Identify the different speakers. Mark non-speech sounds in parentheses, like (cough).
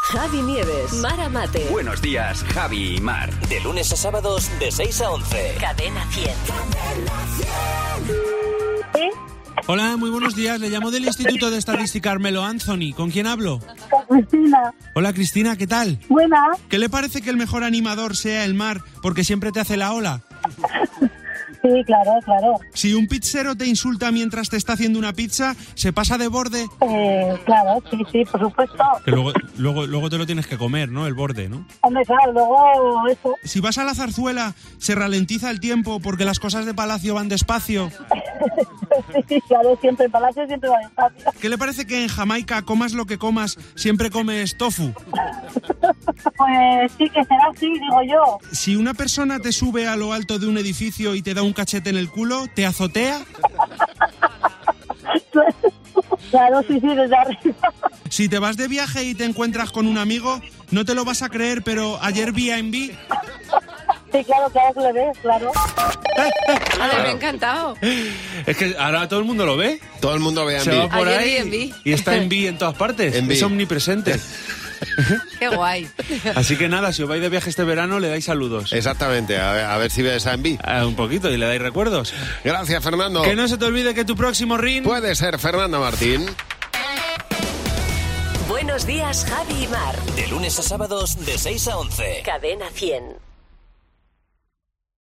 Speaker 1: Javi Nieves, Mara Mate,
Speaker 2: Buenos días, Javi y Mar.
Speaker 3: De lunes a sábados de 6 a 11.
Speaker 1: Cadena 100.
Speaker 4: Hola, muy buenos días. Le llamo del Instituto de Estadística Carmelo Anthony. ¿Con quién hablo?
Speaker 5: Cristina,
Speaker 4: Hola, Cristina, ¿qué tal?
Speaker 5: buena.
Speaker 4: ¿Qué le parece que el mejor animador sea el mar porque siempre te hace la ola?
Speaker 5: Sí, claro, claro.
Speaker 4: Si un pizzero te insulta mientras te está haciendo una pizza, se pasa de borde.
Speaker 5: Eh, claro, sí, sí, por supuesto.
Speaker 4: Que luego, luego, luego te lo tienes que comer, ¿no? El borde, ¿no?
Speaker 5: Hombre, claro, luego eso. (laughs)
Speaker 4: Si vas a la zarzuela, se ralentiza el tiempo porque las cosas de palacio van despacio.
Speaker 5: Sí, claro, siempre en Palacio, siempre va despacio.
Speaker 4: ¿Qué le parece que en Jamaica comas lo que comas, siempre comes tofu?
Speaker 5: Pues sí, que será así, digo yo. (laughs)
Speaker 4: Si una persona te sube a lo alto de un edificio y te da un cachete en el culo, ¿te azotea?
Speaker 5: Claro, sí, sí, desde arriba. (laughs)
Speaker 4: Si te vas de viaje y te encuentras con un amigo, no te lo vas a creer, pero ayer vi a Envy.
Speaker 5: Sí, claro, claro que lo ves, claro.
Speaker 6: me ha encantado.
Speaker 7: Es que ahora todo el mundo lo ve.
Speaker 8: Todo el mundo ve a
Speaker 7: Se va
Speaker 8: mí.
Speaker 7: por
Speaker 6: Ayer vi
Speaker 7: ahí
Speaker 6: Envy.
Speaker 7: y está en B en todas partes.
Speaker 8: Envy.
Speaker 7: Es omnipresente.
Speaker 6: (laughs) Qué guay.
Speaker 7: (laughs) Así que nada, si os vais de viaje este verano, le dais saludos.
Speaker 8: Eh. Exactamente, a ver, a ver si ves a Envy.
Speaker 7: Ah, un poquito y le dais recuerdos.
Speaker 8: Gracias, Fernando.
Speaker 7: Que no se te olvide que tu próximo ring...
Speaker 8: Puede ser Fernando Martín.
Speaker 1: Buenos días, Javi y Mar.
Speaker 3: De lunes a sábados de 6 a 11.
Speaker 1: Cadena 100.